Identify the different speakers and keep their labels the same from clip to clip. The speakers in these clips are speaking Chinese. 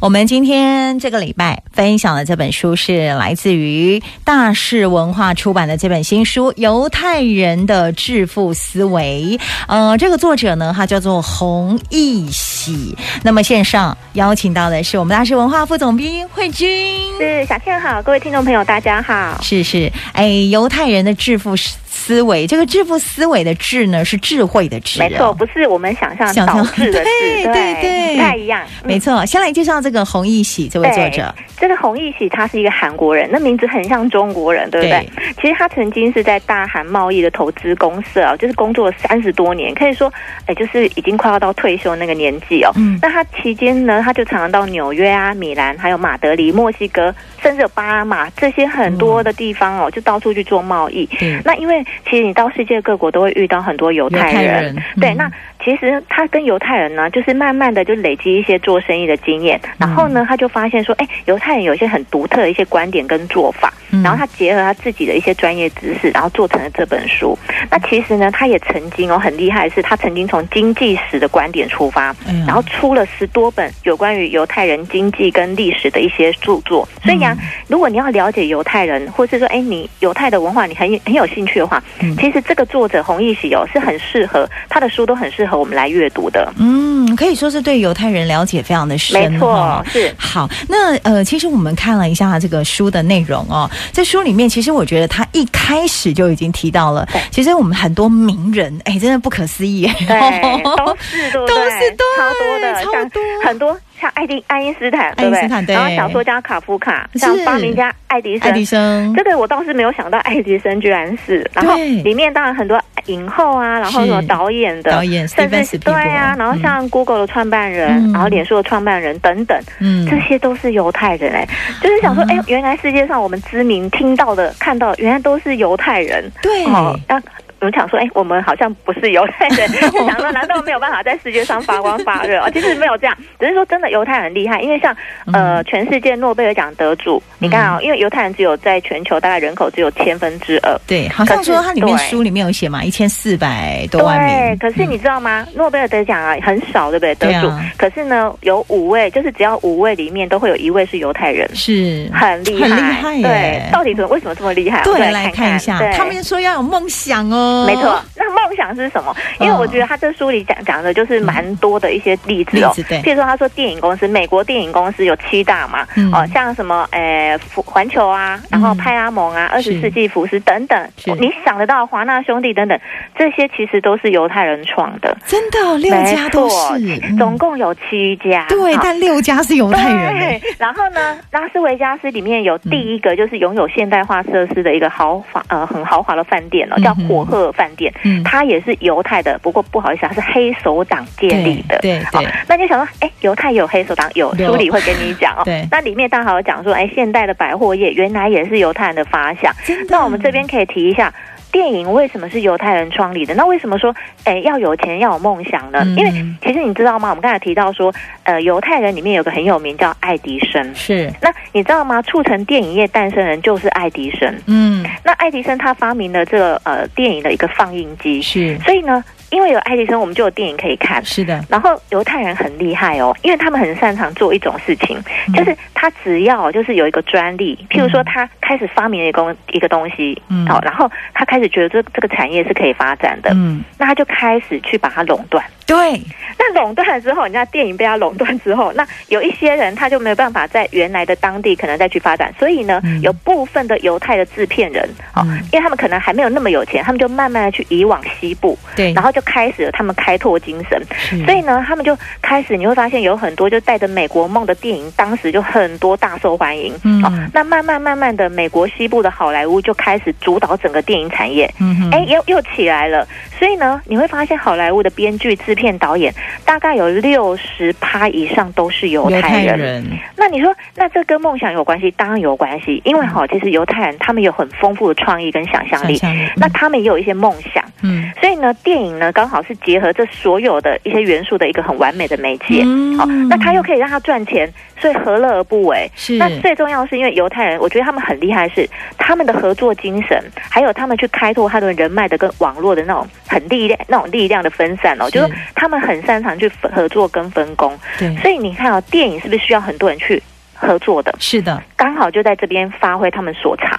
Speaker 1: 我们今天这个礼拜分享的这本书是来自于大是文化出版的这本新书《犹太人的致富思维》。呃，这个作者呢，他叫做洪义喜。那么线上邀请到的是我们大是文化副总编慧君。
Speaker 2: 是小倩好，各位听众朋友大家好。
Speaker 1: 是是，哎，犹太人的致富思维，这个致富思维的“智”呢，是智慧的“智”。
Speaker 2: 没错，，不是我们想象
Speaker 1: 想象
Speaker 2: 导致的事，
Speaker 1: 对对对
Speaker 2: 不太一样。嗯
Speaker 1: 没错。先来介绍这个洪义喜这位作者，
Speaker 2: 这个洪义喜他是一个韩国人，那名字很像中国人，对不对？其实他曾经是在大韩贸易的投资公社哦，就是工作了三十多年，可以说，哎，就是已经快要到退休那个年纪哦。
Speaker 1: 嗯
Speaker 2: 那他期间呢，他就常常到纽约啊、米兰，还有马德里、墨西哥，甚至有巴拿马这些很多的地方哦，就到处去做贸易。
Speaker 1: 对，
Speaker 2: 那因为其实你到世界各国都会遇到很多犹
Speaker 1: 犹
Speaker 2: 太
Speaker 1: 太
Speaker 2: 人，
Speaker 1: 人，
Speaker 2: 对，
Speaker 1: 嗯
Speaker 2: 那其实他跟犹太人呢，就是慢慢的就累积一些做生意的经验，然后
Speaker 1: 嗯
Speaker 2: 呢，他就发现说，哎，犹太人有一些很独特的一些观点跟做法，
Speaker 1: 嗯
Speaker 2: 然后他结合他自己的一些专业知识，然后做成了这本书。那其实呢，他也曾经哦很厉害的是，他曾经从经济史的观点出发，
Speaker 1: 哎呀
Speaker 2: 然后出了十多本有关于犹太人经济跟历史的一些著作。
Speaker 1: 嗯
Speaker 2: 所以呀、如果你要了解犹太人，或是说，哎，你犹太的文化你很很有兴趣的话，
Speaker 1: 嗯
Speaker 2: 其实这个作者洪义喜哦是很适合他的书都很适合我们来阅读的。
Speaker 1: 嗯，可以说是对犹太人了解非常的深，
Speaker 2: 没
Speaker 1: 哈
Speaker 2: 错，是
Speaker 1: 好，那呃，其实我们看了一下这个书的内容哦，在书里面，其实我觉得他一开始就已经提到了
Speaker 2: 对，
Speaker 1: 其实我们很多名人，哎，真的不可思议，
Speaker 2: 对，都是对不
Speaker 1: 哦
Speaker 2: 对？
Speaker 1: 都是对
Speaker 2: 超多的，
Speaker 1: 超
Speaker 2: 像
Speaker 1: 多
Speaker 2: 很多像爱丁爱因斯坦，对不
Speaker 1: 爱因斯
Speaker 2: 对？
Speaker 1: 坦对
Speaker 2: 然后小说家卡夫卡，
Speaker 1: 是
Speaker 2: 像发明家爱迪
Speaker 1: 爱
Speaker 2: 生
Speaker 1: 迪。生
Speaker 2: 这，个我倒是没有想到，爱迪生居然是，然后
Speaker 1: 嗯对
Speaker 2: 里面当然很多影后啊，然后什么导演的，
Speaker 1: 导演
Speaker 2: 甚
Speaker 1: Steven
Speaker 2: 至
Speaker 1: Spielberg，
Speaker 2: 对啊，然后像 Google 的创办人，
Speaker 1: 嗯
Speaker 2: 然后脸书的创办人等等，
Speaker 1: 嗯
Speaker 2: 这些都是犹太人哎、就是想说，
Speaker 1: 啊
Speaker 2: 哎、原来世界上我们知名、听到的、看到的，原来都是犹太人。
Speaker 1: 对，
Speaker 2: 哦，那我们想说，哎、我们好像不是犹太 人，就想说，难道没有办法在世界上发光发热？ 哦其实没有这样，只是说真的，犹太人很厉害，因为像
Speaker 1: 嗯
Speaker 2: 呃，全世界诺贝尔奖得主，你看啊、因为犹太人只有在全球大概人口只有千分之二。
Speaker 1: 对，好像
Speaker 2: 可是
Speaker 1: 说它里面
Speaker 2: 对
Speaker 1: 书里面有写嘛，一千四百多万
Speaker 2: 对，
Speaker 1: 名，嗯
Speaker 2: 可是你知道吗？诺贝尔得奖啊，很少，对不对？得主，
Speaker 1: 对啊
Speaker 2: 可是呢，有五位，就是只要五位里面都会有一位是犹太人。
Speaker 1: 嗯是。
Speaker 2: 很厉害，
Speaker 1: 很厉害耶
Speaker 2: 对，到底怎么为什么这么厉害？我
Speaker 1: 对，
Speaker 2: 们
Speaker 1: 来看
Speaker 2: 看
Speaker 1: 一下
Speaker 2: 对，
Speaker 1: 他们说要有梦想哦，
Speaker 2: 没错，。那梦想是什么？因为我觉得他这书里讲讲的就是蛮多的一些例子哦
Speaker 1: 例子。对
Speaker 2: 譬如说他说电影公司，美国电影公司有七大嘛，
Speaker 1: 嗯
Speaker 2: 哦，像什么呃福环球啊，然后
Speaker 1: 嗯
Speaker 2: 派拉蒙啊，二
Speaker 1: 是
Speaker 2: 十世纪福斯等等哦
Speaker 1: 是，
Speaker 2: 你想得到华纳兄弟等等，这些其实都是犹太人创的，
Speaker 1: 真的六家都
Speaker 2: 没
Speaker 1: 是，
Speaker 2: 错
Speaker 1: 嗯
Speaker 2: 总共有七家。
Speaker 1: 对，
Speaker 2: 好
Speaker 1: 但六家是犹太人哎，
Speaker 2: 啊对，然后呢，拉斯维加斯里面有第一
Speaker 1: 嗯
Speaker 2: 个就是拥有现代化设施的一个豪华呃很豪华的饭店哦，叫
Speaker 1: 嗯哼
Speaker 2: 火鹤饭店，
Speaker 1: 嗯
Speaker 2: 它也是犹太的，不过不好意思，它是黑手党建立的。
Speaker 1: 对对对
Speaker 2: 哦，那你就想说，哎，犹太有黑手党，有
Speaker 1: 有
Speaker 2: 书里会跟你讲哦。
Speaker 1: 对
Speaker 2: 那里面刚好有讲说，哎，现代的百货业原来也是犹太人的发想。
Speaker 1: 真的
Speaker 2: 那我们这边可以提一下。电影为什么是犹太人创立的？那为什么说，哎，要有钱要有梦想呢？
Speaker 1: 嗯
Speaker 2: 因为其实你知道吗？我们刚才提到说，呃，犹太人里面有个很有名叫爱迪生。
Speaker 1: 是，
Speaker 2: 那你知道吗？促成电影业诞生人就是爱迪生。
Speaker 1: 嗯，
Speaker 2: 那爱迪生他发明了这个呃电影的一个放映机，
Speaker 1: 是
Speaker 2: 所以呢，因为有爱迪生，我们就有电影可以看。
Speaker 1: 是的，
Speaker 2: 然后犹太人很厉害哦，因为他们很擅长做一种事情，
Speaker 1: 嗯
Speaker 2: 就是他只要就是有一个专利，譬如说他开始发明了一个一个东西，
Speaker 1: 嗯
Speaker 2: 好、然后他开始觉得这这个产业是可以发展的，
Speaker 1: 嗯，
Speaker 2: 那他就开始去把它垄断。
Speaker 1: 对，
Speaker 2: 那垄断了之后，人家电影被他垄断之后，那有一些人他就没有办法在原来的当地可能再去发展，所以呢，
Speaker 1: 嗯
Speaker 2: 有部分的犹太的制片人，哦，
Speaker 1: 嗯
Speaker 2: 因为他们可能还没有那么有钱，他们就慢慢的去移往西部，
Speaker 1: 对，嗯
Speaker 2: 然
Speaker 1: 后
Speaker 2: 后就开始了他们开拓精神，所以呢，他们就开始你会发现有很多就带着美国梦的电影，当时就很多大受欢迎。
Speaker 1: 嗯
Speaker 2: 哦，那慢慢慢慢的，美国西部的好莱坞就开始主导整个电影产业。
Speaker 1: 嗯哼
Speaker 2: 哎，又又起来了，所以呢，你会发现好莱坞的编剧、制片、导演大概有六十趴以上都是犹
Speaker 1: 犹
Speaker 2: 太
Speaker 1: 太
Speaker 2: 人。
Speaker 1: 人，
Speaker 2: 那你说，那这跟梦想有关系？当然有关系，因为哈、其实犹太人他们有很丰富的创意跟想象
Speaker 1: 嗯想
Speaker 2: 力，
Speaker 1: 象力，
Speaker 2: 那他们也有一些梦想。
Speaker 1: 嗯
Speaker 2: 所以呢，电影呢刚好是结合这所有的一些元素的一个很完美的媒介。
Speaker 1: 嗯
Speaker 2: 好、那他又可以让他赚钱，所以何乐而不为？
Speaker 1: 是
Speaker 2: 那最重要是因为犹太人，我觉得他们很厉害是，他们的合作精神，还有他们去开拓他的人脉的跟网络的那种很力量、那种力量的分散哦，
Speaker 1: 是
Speaker 2: 就是说他们很擅长去分合作跟分工。
Speaker 1: 对，
Speaker 2: 所以你看哦，电影是不是需要很多人去合作的？
Speaker 1: 是的，
Speaker 2: 刚好就在这边发挥他们所长。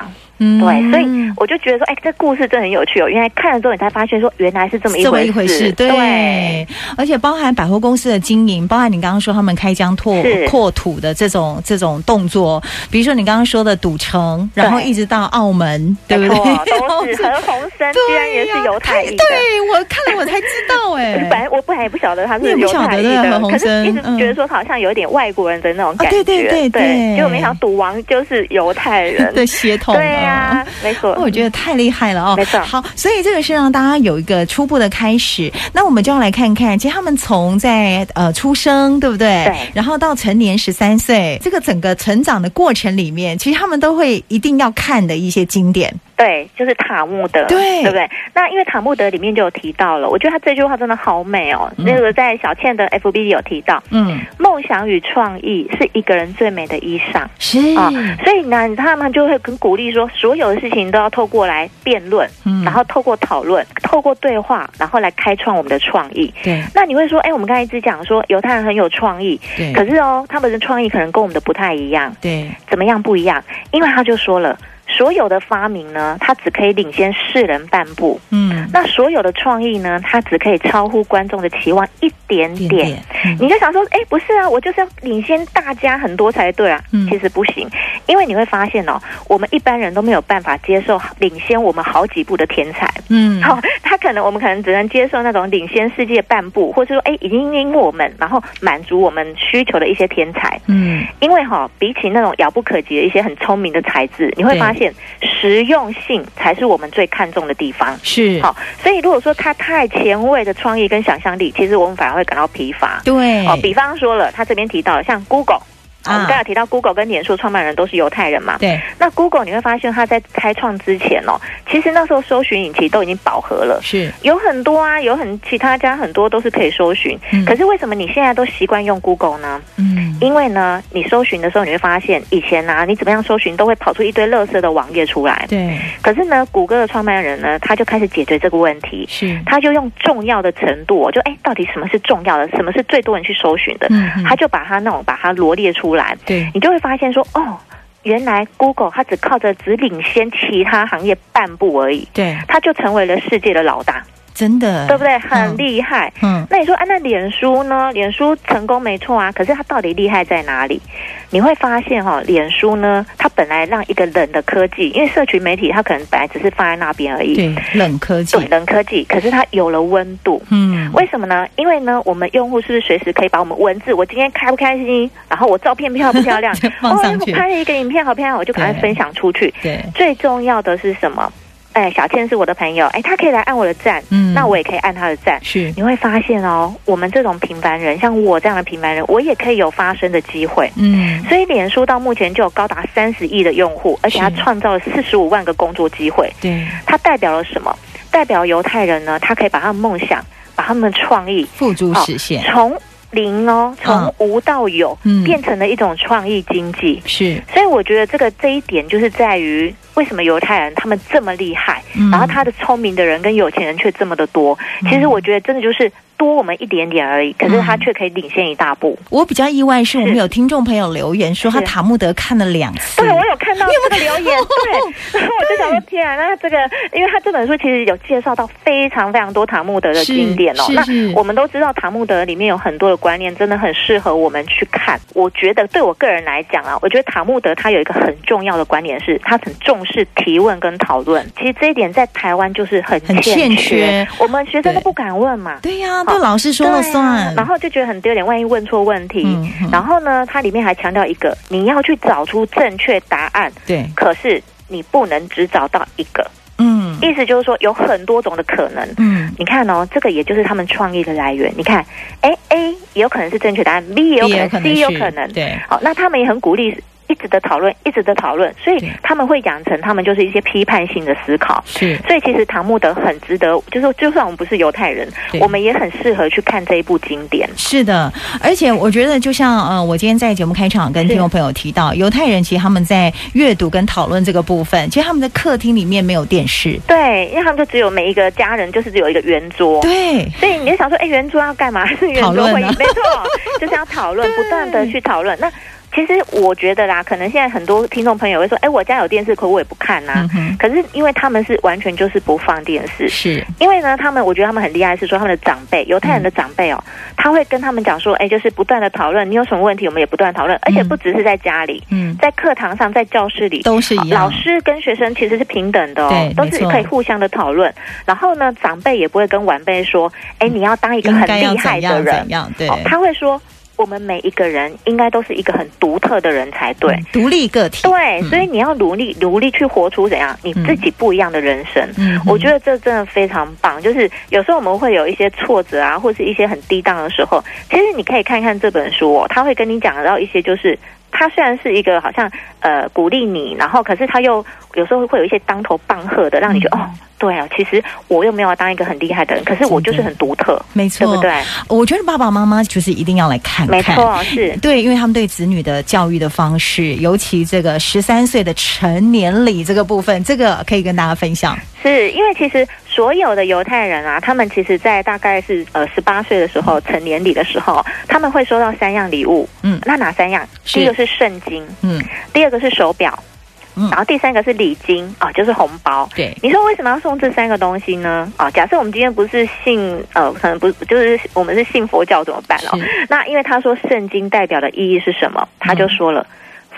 Speaker 1: 嗯，
Speaker 2: 对，所以我就觉得说，哎，这故事真的很有趣哦。原来看了之后，你才发现说，原来是这么一
Speaker 1: 这么
Speaker 2: 回
Speaker 1: 一回事，对，
Speaker 2: 对
Speaker 1: 而且包含百货公司的经营，包含你刚刚说他们开疆拓
Speaker 2: 是
Speaker 1: 扩土的这种这种动作，比如说你刚刚说的赌城，然后一直到澳门， 对
Speaker 2: 没
Speaker 1: 不
Speaker 2: 错，
Speaker 1: 对？
Speaker 2: 都是何鸿燊，居然也是犹太裔的。
Speaker 1: 对我看了我才知道 哎、
Speaker 2: 本来我本来也不晓得他
Speaker 1: 你也
Speaker 2: 是
Speaker 1: 不
Speaker 2: 犹
Speaker 1: 晓得
Speaker 2: 太裔
Speaker 1: 对何
Speaker 2: 的，
Speaker 1: 鸿
Speaker 2: 可是一直
Speaker 1: 燊
Speaker 2: 觉得说他好像有点外国人的那种感
Speaker 1: 啊
Speaker 2: 觉，
Speaker 1: 对对对对
Speaker 2: 结果没想到赌王就是犹太人，
Speaker 1: 的血统
Speaker 2: 对
Speaker 1: 啊
Speaker 2: 呀、没错，
Speaker 1: 我觉得太厉害了哦！
Speaker 2: 嗯没错
Speaker 1: 好，所以这个是让大家有一个初步的开始。那我们就要来看看，其实他们从在呃出生，对不对？
Speaker 2: 对
Speaker 1: 然后到成年十三岁，这个整个成长的过程里面，其实他们都会一定要看的一些经典。
Speaker 2: 对，就是塔木德，
Speaker 1: 对
Speaker 2: 对不对？那因为塔木德里面就有提到了，我觉得他这句话真的好美哦。
Speaker 1: 嗯
Speaker 2: 那个在小倩的 FB 里有提到，
Speaker 1: 嗯，
Speaker 2: 梦想与创意是一个人最美的衣裳。
Speaker 1: 是
Speaker 2: 啊、所以呢，他们就会很鼓励说，所有的事情都要透过来辩论，
Speaker 1: 嗯
Speaker 2: 然后透过讨论，透过对话，然后来开创我们的创意。
Speaker 1: 对
Speaker 2: 那你会说，哎，我们刚才一直讲说犹太人很有创意，
Speaker 1: 对
Speaker 2: 可是哦，他们的创意可能跟我们的不太一样，
Speaker 1: 对，
Speaker 2: 怎么样不一样？因为他就说了，所有的发明呢，它只可以领先世人半步；
Speaker 1: 嗯，
Speaker 2: 那所有的创意呢，它只可以超乎观众的期望一点点。
Speaker 1: 嗯
Speaker 2: 你就想说，哎，不是啊，我就是要领先大家很多才对啊。
Speaker 1: 嗯
Speaker 2: 其实不行，因为你会发现哦，我们一般人都没有办法接受领先我们好几步的天才。
Speaker 1: 嗯，
Speaker 2: 好、 他可能我们可能只能接受那种领先世界半步，或是说，哎，已经因我们，然后满足我们需求的一些天才。
Speaker 1: 嗯，
Speaker 2: 因为哈、比起那种遥不可及的一些很聪明的才智，你会
Speaker 1: 对
Speaker 2: 发现实用性才是我们最看重的地方。
Speaker 1: 是，
Speaker 2: 好、所以如果说他太前卫的创意跟想象力，其实我们反而会感到疲乏。
Speaker 1: 对，
Speaker 2: 哦，比方说了，他这边提到了像 Google。
Speaker 1: 哎
Speaker 2: 哦
Speaker 1: 啊
Speaker 2: 我们刚才有提到 Google 跟脸书创办人都是犹太人嘛？
Speaker 1: 对，
Speaker 2: 那 Google 你会发现，它在开创之前哦，其实那时候搜寻引擎都已经饱和了，
Speaker 1: 是，
Speaker 2: 有很多啊，有很其他家很多都是可以搜寻。
Speaker 1: 嗯
Speaker 2: 可是为什么你现在都习惯用 Google 呢？
Speaker 1: 嗯，
Speaker 2: 因为呢，你搜寻的时候你会发现，以前啊，你怎么样搜寻都会跑出一堆垃圾的网页出来。
Speaker 1: 对，
Speaker 2: 可是呢，谷歌的创办人呢，他就开始解决这个问题。
Speaker 1: 是，
Speaker 2: 他就用重要的程度哦，就哎，到底什么是重要的，什么是最多人去搜寻的，
Speaker 1: 嗯嗯
Speaker 2: 他就把它那种把它罗列出来，
Speaker 1: 对，
Speaker 2: 你就会发现说，哦，原来 Google 它只靠着只领先其他行业半步而已，
Speaker 1: 对，
Speaker 2: 它就成为了世界的老大，
Speaker 1: 真的，
Speaker 2: 对不对？
Speaker 1: 嗯
Speaker 2: 很厉害。
Speaker 1: 嗯，
Speaker 2: 那你说啊，那脸书呢？脸书成功没错啊，可是它到底厉害在哪里？你会发现哈、哦，脸书呢，它本来让一个冷的科技，因为社群媒体它可能本来只是放在那边而已，
Speaker 1: 对，冷科技
Speaker 2: 对，冷科技，可是它有了温度，
Speaker 1: 嗯，，
Speaker 2: 为什么呢？因为呢，我们用户是不是随时可以把我们文字，我今天开不开心，然后我照片漂不漂亮
Speaker 1: 放上
Speaker 2: 哦，
Speaker 1: 去
Speaker 2: 我拍了一个影片好漂亮，我就把它
Speaker 1: 对
Speaker 2: 分享出去。
Speaker 1: 对，
Speaker 2: 最重要的是什么？哎，小倩是我的朋友，哎，她可以来按我的赞，
Speaker 1: 嗯
Speaker 2: 那我也可以按她的赞。
Speaker 1: 是，
Speaker 2: 你会发现哦，我们这种平凡人，像我这样的平凡人，我也可以有发声的机会。
Speaker 1: 嗯，
Speaker 2: 所以，脸书到目前就有高达三十亿的用户，而且它
Speaker 1: 是
Speaker 2: 创造了四十五万个工作机会。
Speaker 1: 对，
Speaker 2: 它代表了什么？代表犹太人呢？他可以把他的梦想，把他们的创意，
Speaker 1: 付诸实现、
Speaker 2: 从零哦，
Speaker 1: 嗯
Speaker 2: 从无到有，
Speaker 1: 嗯
Speaker 2: 变成了一种创意经济。
Speaker 1: 是，
Speaker 2: 所以我觉得这个这一点就是在于为什么犹太人他们这么厉害，
Speaker 1: 嗯
Speaker 2: 然后他的聪明的人跟有钱人却这么的多。其实我觉得真的就是多我们一点点
Speaker 1: 嗯
Speaker 2: 而已，可是他却可以领先一大步。
Speaker 1: 我比较意外是我们
Speaker 2: 是
Speaker 1: 有听众朋友留言说他
Speaker 2: 是
Speaker 1: 塔木德看了两次，
Speaker 2: 对，我有看到这 个留言，对，然 后我就想说，天啊，那这个，因为他这本书其实有介绍到非常非常多塔木德的经典哦
Speaker 1: 是。
Speaker 2: 那
Speaker 1: 是
Speaker 2: 我们都知道塔木德里面有很多的观念，真的很适合我们去看。我觉得对我个人来讲啊，我觉得塔木德他有一个很重要的观点是，他很重视提问跟讨论。其实这一点在台湾就是很
Speaker 1: 很欠
Speaker 2: 欠
Speaker 1: 缺
Speaker 2: 我们学生都
Speaker 1: 对
Speaker 2: 不敢问嘛。
Speaker 1: 对呀、都老师说了
Speaker 2: 对啊
Speaker 1: 算，
Speaker 2: 然后就觉得很丢脸，万一问错问题。
Speaker 1: 嗯嗯
Speaker 2: 然后呢，它里面还强调一个，你要去找出正确答案，
Speaker 1: 对，
Speaker 2: 可是你不能只找到一个，
Speaker 1: 嗯
Speaker 2: 意思就是说有很多种的可能。
Speaker 1: 嗯，
Speaker 2: 你看哦，这个也就是他们创意的来源。你看，
Speaker 1: 嗯
Speaker 2: 哎 A 也有可能是正确答案，B 也有可能，C 也有可能。
Speaker 1: 对，
Speaker 2: 好，那他们也很鼓励一直的讨论，一直的讨论，所以
Speaker 1: 对
Speaker 2: 他们会养成他们就是一些批判性的思考。
Speaker 1: 是
Speaker 2: 所以其实唐木德很值得，就是就算我们不是犹太人
Speaker 1: 对，
Speaker 2: 我们也很适合去看这一部经典。
Speaker 1: 是的，而且我觉得，就像呃，我今天在节目开场跟
Speaker 2: 是
Speaker 1: 听众朋友提到，犹太人其实他们在阅读跟讨论这个部分，其实他们的客厅里面没有电视，
Speaker 2: 对，因为他们就只有每一个家人就是只有一个圆桌。
Speaker 1: 对，
Speaker 2: 所以你就想说，哎，圆桌要干嘛？ 是圆
Speaker 1: 讨
Speaker 2: 桌
Speaker 1: 论
Speaker 2: 会议，
Speaker 1: 啊
Speaker 2: 没 错，就是要讨论，不断的去讨论。那其实我觉得啦，可能现在很多听众朋友会说，哎，我家有电视，可我也不看呐、
Speaker 1: 嗯哼，
Speaker 2: 可是因为他们是完全就是不放电视，
Speaker 1: 是
Speaker 2: 因为呢，他们我觉得他们很厉害，是说他们的长辈，犹太人的长辈哦，他会跟他们讲说，哎，就是不断的讨论，你有什么问题，我们也不断地讨论，而且不只是在家里，
Speaker 1: 嗯，
Speaker 2: 在课堂上，在教室里
Speaker 1: 都是一
Speaker 2: 老
Speaker 1: 样，
Speaker 2: 师跟学生其实是平等的哦
Speaker 1: 对，
Speaker 2: 都
Speaker 1: 没
Speaker 2: 是
Speaker 1: 错
Speaker 2: 可以互相的讨论。然后呢，长辈也不会跟晚辈说：“哎，你要当一个
Speaker 1: 嗯应
Speaker 2: 很
Speaker 1: 该要
Speaker 2: 厉害
Speaker 1: 怎
Speaker 2: 的
Speaker 1: 样
Speaker 2: 人
Speaker 1: 怎。样，对，
Speaker 2: 哦”他会说：“我们每一个人应该都是一个很独特的人才对。
Speaker 1: 嗯，独立个体，
Speaker 2: 对，
Speaker 1: 嗯
Speaker 2: 所以你要努力努力去活出怎样你自己不一样的人生。
Speaker 1: 嗯
Speaker 2: 我觉
Speaker 1: 得
Speaker 2: 得这真的非常棒，就是有时候我们会有一些挫折啊，或是一些很低档的时候，其实你可以看看这本书哦，他会跟你讲到一些就是。他虽然是一个好像呃鼓励你，然后可是他又有时候会有一些当头棒喝的，让你觉得、
Speaker 1: 嗯
Speaker 2: 哦，对啊，其实我又没有要当一个很厉害的人，可是我就是很独特，
Speaker 1: 没
Speaker 2: 对
Speaker 1: 错，
Speaker 2: 不对？
Speaker 1: 我觉得爸爸妈妈就是一定要来看看，
Speaker 2: 没错，是
Speaker 1: 对，因为他们对子女的教育的方式，尤其这个十三岁的成年礼这个部分，这个可以跟大家分享。
Speaker 2: 是因为其实所有的犹太人啊，他们其实，在大概是呃十八岁的时候，成年礼的时候，他们会收到三样礼物。
Speaker 1: 嗯
Speaker 2: 那哪三样？
Speaker 1: 是
Speaker 2: 第一个是圣经，
Speaker 1: 嗯，
Speaker 2: 第二个是手表，
Speaker 1: 嗯
Speaker 2: 然后第三个是礼金啊、哦就是红包。
Speaker 1: 对，
Speaker 2: 你说为什么要送这三个东西呢？啊、假设我们今天不是信呃，可能不就是我们是信佛教怎么办哦？
Speaker 1: 是
Speaker 2: 那因为他说圣经代表的意义是什么，他就说
Speaker 1: 嗯
Speaker 2: 了。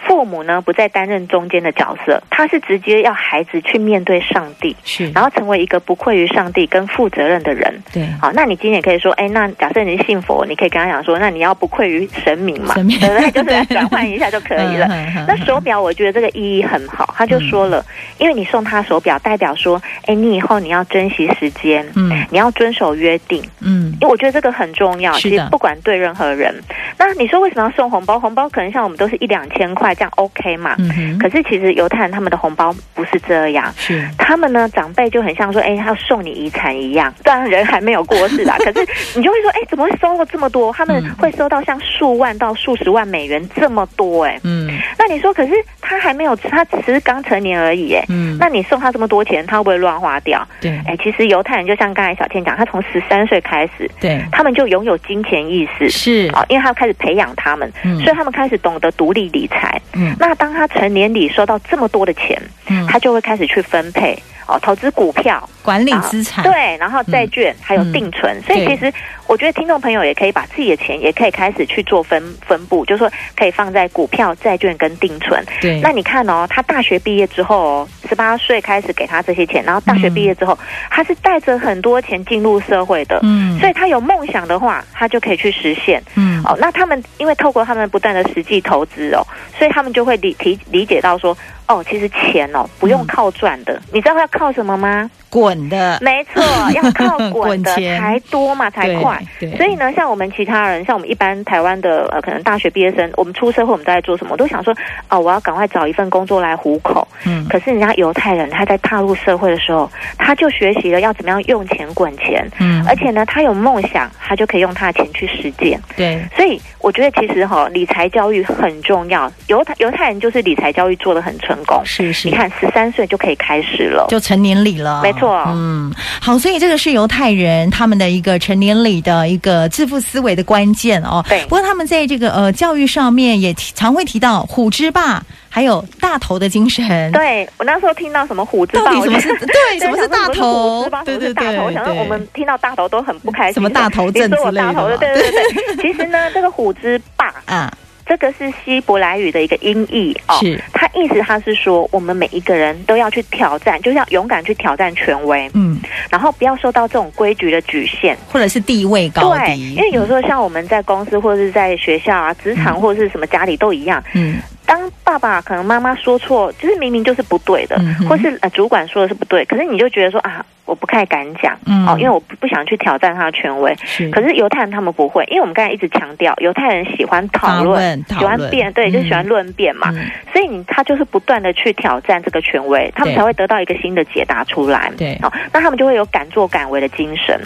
Speaker 2: 父母呢不再担任中间的角色，他是直接要孩子去面对上帝，
Speaker 1: 是，
Speaker 2: 然后成为一个不愧于上帝跟负责任的人。
Speaker 1: 对，
Speaker 2: 好，那你今天也可以说，哎，那假设你是信佛，你可以跟他讲说，那你要不愧于神明嘛，
Speaker 1: 神明
Speaker 2: 对不 对？就
Speaker 1: 对
Speaker 2: 是转换一下就可以了。
Speaker 1: 嗯
Speaker 2: 那手表，我觉得这个意义很好。他就说了，因为你送他手表，代表说，哎，你以后你要珍惜时间，
Speaker 1: 嗯
Speaker 2: 你要遵守约定，
Speaker 1: 嗯，
Speaker 2: 因为我觉得这个很重要。
Speaker 1: 是
Speaker 2: 其
Speaker 1: 的嗯
Speaker 2: 实不管对任何人，那你说为什么要送红包？红包可能像我们都是一两千块这样 OK 嘛？
Speaker 1: 嗯哼，
Speaker 2: 可是其实犹太人他们的红包不是这样，
Speaker 1: 是
Speaker 2: 他们呢，长辈就很像说，哎、他要送你遗产一样，当然人还没有过 世啦，可是你就会说，哎、怎么会收了这么多？他们
Speaker 1: 嗯
Speaker 2: 会收到像数万到数十万美元这么多、哎，
Speaker 1: 嗯
Speaker 2: 那你说，可是他还没有，他只是刚成年而已、哎，
Speaker 1: 嗯，
Speaker 2: 那你送他这么多钱，他会不会乱花掉？
Speaker 1: 对
Speaker 2: 哎、其实犹太人就像刚才小倩讲，他从十三岁开始，
Speaker 1: 对
Speaker 2: 他们就拥有金钱意识。
Speaker 1: 是，
Speaker 2: 啊，因为他开始培养他们，
Speaker 1: 嗯
Speaker 2: 所以他们开始懂得独立理财。
Speaker 1: 嗯
Speaker 2: 那当他成年礼收到这么多的钱，
Speaker 1: 嗯，
Speaker 2: 他就会开始去分配哦，投资股票、
Speaker 1: 管理
Speaker 2: 啊
Speaker 1: 资产，
Speaker 2: 对，然后债券、还有定存。所以
Speaker 1: 嗯对
Speaker 2: 其实我觉得听众朋友也可以把自己的钱也可以开始去做分分布，就是说可以放在股票、债券跟定存。
Speaker 1: 对，
Speaker 2: 那你看哦，他大学毕业之后哦，十八岁开始给他这些钱，然后大学
Speaker 1: 嗯
Speaker 2: 毕业之后，他是带着很多钱进入社会的。
Speaker 1: 嗯，
Speaker 2: 所以他有梦想的话，他就可以去实现。
Speaker 1: 嗯
Speaker 2: 哦，那他们因为透过他们不断的实际投资哦，所以他们就会理理理解到说，哦，其实钱
Speaker 1: 嗯
Speaker 2: 哦不用靠赚的，你知道要靠什么吗？
Speaker 1: 滚的
Speaker 2: 没 错，要靠滚的
Speaker 1: 呃滚钱
Speaker 2: 才多嘛，才快。，
Speaker 1: 对，对
Speaker 2: 所以呢，像我们其他人，像我们一般台湾的呃，可能大学毕业生，我们出社会，我们都在做什么？我都想说，哦，我要赶快找一份工作来糊口。
Speaker 1: 嗯
Speaker 2: 可是人家犹太人，他在踏入社会的时候，他就学习了要怎么样用钱滚钱，
Speaker 1: 嗯，
Speaker 2: 而且呢，他有梦想，他就可以用他的钱去实践。
Speaker 1: 对
Speaker 2: 所以我觉得其实哈、理财教育很重要。犹太犹太人就是理财教育做得很成功。
Speaker 1: 是是
Speaker 2: 你。看，十三岁就可以开始了。
Speaker 1: 就成年礼了，
Speaker 2: 没错
Speaker 1: 嗯，好，所以这个是犹太人他们的一个成年礼的一个致富思维的关键哦。
Speaker 2: 对
Speaker 1: 不过他们在这个呃教育上面也提常会提到虎之霸，还有大头的精神。，
Speaker 2: 对我那时候听到什么虎之
Speaker 1: 到
Speaker 2: 霸，
Speaker 1: 底
Speaker 2: 我
Speaker 1: 什
Speaker 2: 就
Speaker 1: 么是 对什么是大头？
Speaker 2: 对
Speaker 1: 对对
Speaker 2: 对对，
Speaker 1: 对，
Speaker 2: 我想说
Speaker 1: 对
Speaker 2: 我们听到大头都很不开心，
Speaker 1: 什么大头症
Speaker 2: 你说我
Speaker 1: 之类的
Speaker 2: 大头
Speaker 1: 嘛
Speaker 2: 对对 对对。其实呢，这个虎之霸，
Speaker 1: 啊
Speaker 2: 这个是希伯来语的一个音译哦。
Speaker 1: 是
Speaker 2: 它意思，它是说我们每一个人都要去挑战，就是要勇敢去挑战权威，
Speaker 1: 嗯，
Speaker 2: 然后不要受到这种规矩的局限。
Speaker 1: 或者是地位高
Speaker 2: 对，
Speaker 1: 低，
Speaker 2: 因为有时候像我们在公司或者是在学校啊、职场或者是什么家里都一样，
Speaker 1: 嗯
Speaker 2: 当爸爸可能妈妈说错，就是明明就是不对的，
Speaker 1: 嗯哼
Speaker 2: 或是呃主管说的是不对，可是你就觉得说啊，我不太敢讲，
Speaker 1: 嗯
Speaker 2: 哦，因为我不不想去挑战他的权威。
Speaker 1: 是
Speaker 2: 可是犹太人他们不会，因为我们刚才一直强调，犹太人喜欢讨
Speaker 1: 发
Speaker 2: 论
Speaker 1: 问，讨
Speaker 2: 喜欢
Speaker 1: 论
Speaker 2: 辩，对，就喜欢论辩嘛。
Speaker 1: 嗯
Speaker 2: 所以你他就是不断的去挑战这个权威，他们
Speaker 1: 对
Speaker 2: 才会得到一个新的解答出来。
Speaker 1: 对
Speaker 2: 哦，那他们就会有敢做敢为的精神。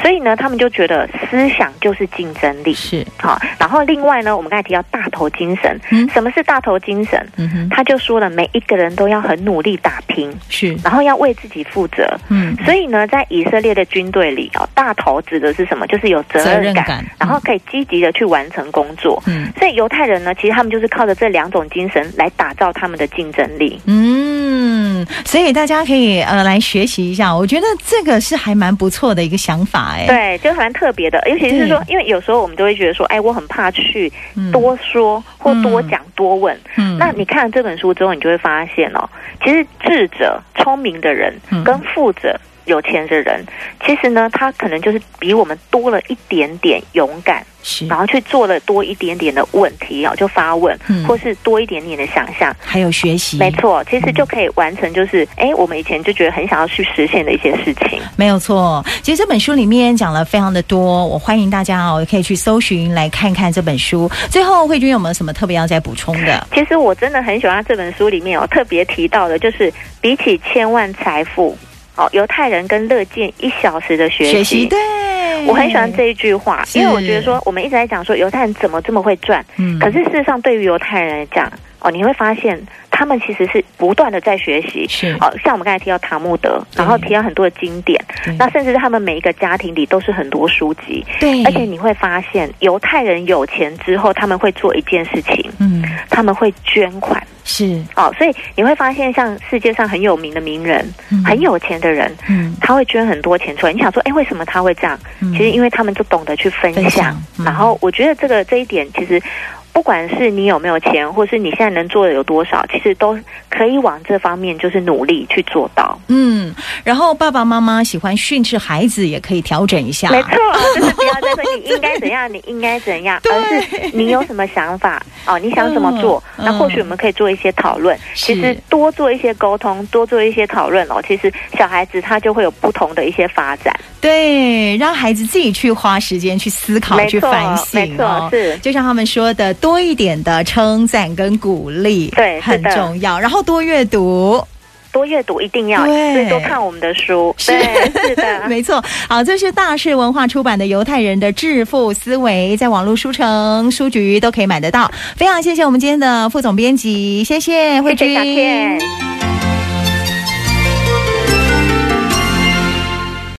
Speaker 2: 所以呢，他们就觉得思想就是竞争力。
Speaker 1: 是，
Speaker 2: 好、然后另外呢，我们刚才提到大头精神，
Speaker 1: 嗯
Speaker 2: 什么是大头精神？
Speaker 1: 嗯哼，
Speaker 2: 他就说了，每一个人都要很努力打拼，
Speaker 1: 是，
Speaker 2: 然后要为自己负责。
Speaker 1: 嗯，
Speaker 2: 所以呢，在以色列的军队里哦，大头指的是什么？就是有责
Speaker 1: 责任
Speaker 2: 任感，
Speaker 1: 感，
Speaker 2: 然后可以积极的去完成工作。
Speaker 1: 嗯
Speaker 2: 所以犹太人呢，其实他们就是靠着这两种精神来打造他们的竞争力。
Speaker 1: 嗯，所以大家可以呃来学习一下，我觉得这个是还蛮不错的一个想法哎，嗯
Speaker 2: 对，就蛮特别的，尤其是说
Speaker 1: 对，
Speaker 2: 因为有时候我们都会觉得说，哎，我很怕去
Speaker 1: 嗯，
Speaker 2: 多说或多讲多问。
Speaker 1: 嗯
Speaker 2: 那你看了这本书之后，你就会发现哦，其实智者、聪明的人
Speaker 1: 嗯
Speaker 2: 跟富者、有钱的人，其实呢，他可能就是比我们多了一点点勇敢，
Speaker 1: 是
Speaker 2: 然后去做了多一点点的问题哦，就发问
Speaker 1: 嗯，
Speaker 2: 或是多一点点的想象。
Speaker 1: 还有学习，
Speaker 2: 没错，其实就可以完成，就是哎，我们以前就觉得很想要去实现的一些事情。
Speaker 1: 没有错，其实这本书里面讲了非常的多，我欢迎大家哦，可以去搜寻来看看这本书。最后，慧君有没有什么特别要再补充的？
Speaker 2: 其实我真的很喜欢这本书里面有哦特别提到的，就是比起千万财富，哦，犹太人跟乐见一小时的学习。
Speaker 1: 对，
Speaker 2: 我很喜欢这一句话，
Speaker 1: 是
Speaker 2: 因为我觉得说，我们一直在讲说犹太人怎么这么会赚，
Speaker 1: 嗯
Speaker 2: 可是事实上对于犹太人来讲，哦，你会发现他们其实是不断的在学习。
Speaker 1: 是
Speaker 2: 哦，像我们刚才提到塔木德，
Speaker 1: 对嗯
Speaker 2: 然后提到很多的经典，
Speaker 1: 对
Speaker 2: 那甚至他们每一个家庭里都是很多书籍，
Speaker 1: 对，
Speaker 2: 而且你会发现，犹太人有钱之后，他们会做一件事情，
Speaker 1: 嗯
Speaker 2: 他们会捐款。
Speaker 1: 是
Speaker 2: 哦，所以你会发现，像世界上很有名的名人、
Speaker 1: 嗯
Speaker 2: 很有钱的人，
Speaker 1: 嗯
Speaker 2: 他会捐很多钱出来。你想说，哎，为什么他会这样？
Speaker 1: 嗯
Speaker 2: 其实因为他们就懂得去分享。
Speaker 1: 分享嗯
Speaker 2: 然后我觉得这个这一点，其实不管是你有没有钱，或是你现在能做的有多少，其实都可以往这方面就是努力去做到。
Speaker 1: 嗯，然后爸爸妈妈喜欢训斥孩子，也可以调整一下，
Speaker 2: 没 错，就是不要再说你应该怎样，你应该怎样，
Speaker 1: 对
Speaker 2: 而是你有什么想法哦，你想怎么做？
Speaker 1: 嗯
Speaker 2: 那或许我们可以做一些讨论。
Speaker 1: 是
Speaker 2: 其实多做一些沟通，多做一些讨论哦，其实小孩子他就会有不同的一些发展。
Speaker 1: 对，让孩子自己去花时间去思考、
Speaker 2: 没
Speaker 1: 去
Speaker 2: 错
Speaker 1: 反省、哦，
Speaker 2: 没错是
Speaker 1: 就像他们说的，多一点的称赞跟鼓励，
Speaker 2: 对是
Speaker 1: 很
Speaker 2: 的
Speaker 1: 重要。然后多阅读，
Speaker 2: 多阅读一定要，
Speaker 1: 对
Speaker 2: 所以多看我们的书。
Speaker 1: 是
Speaker 2: 对，是 的。
Speaker 1: 没错。好，这是大是文化出版的《犹太人的致富思维》，在网络书城、书局都可以买得到。非常谢谢我们今天的副总编辑，谢谢慧
Speaker 2: 谢
Speaker 1: 君。
Speaker 2: 谢小倩。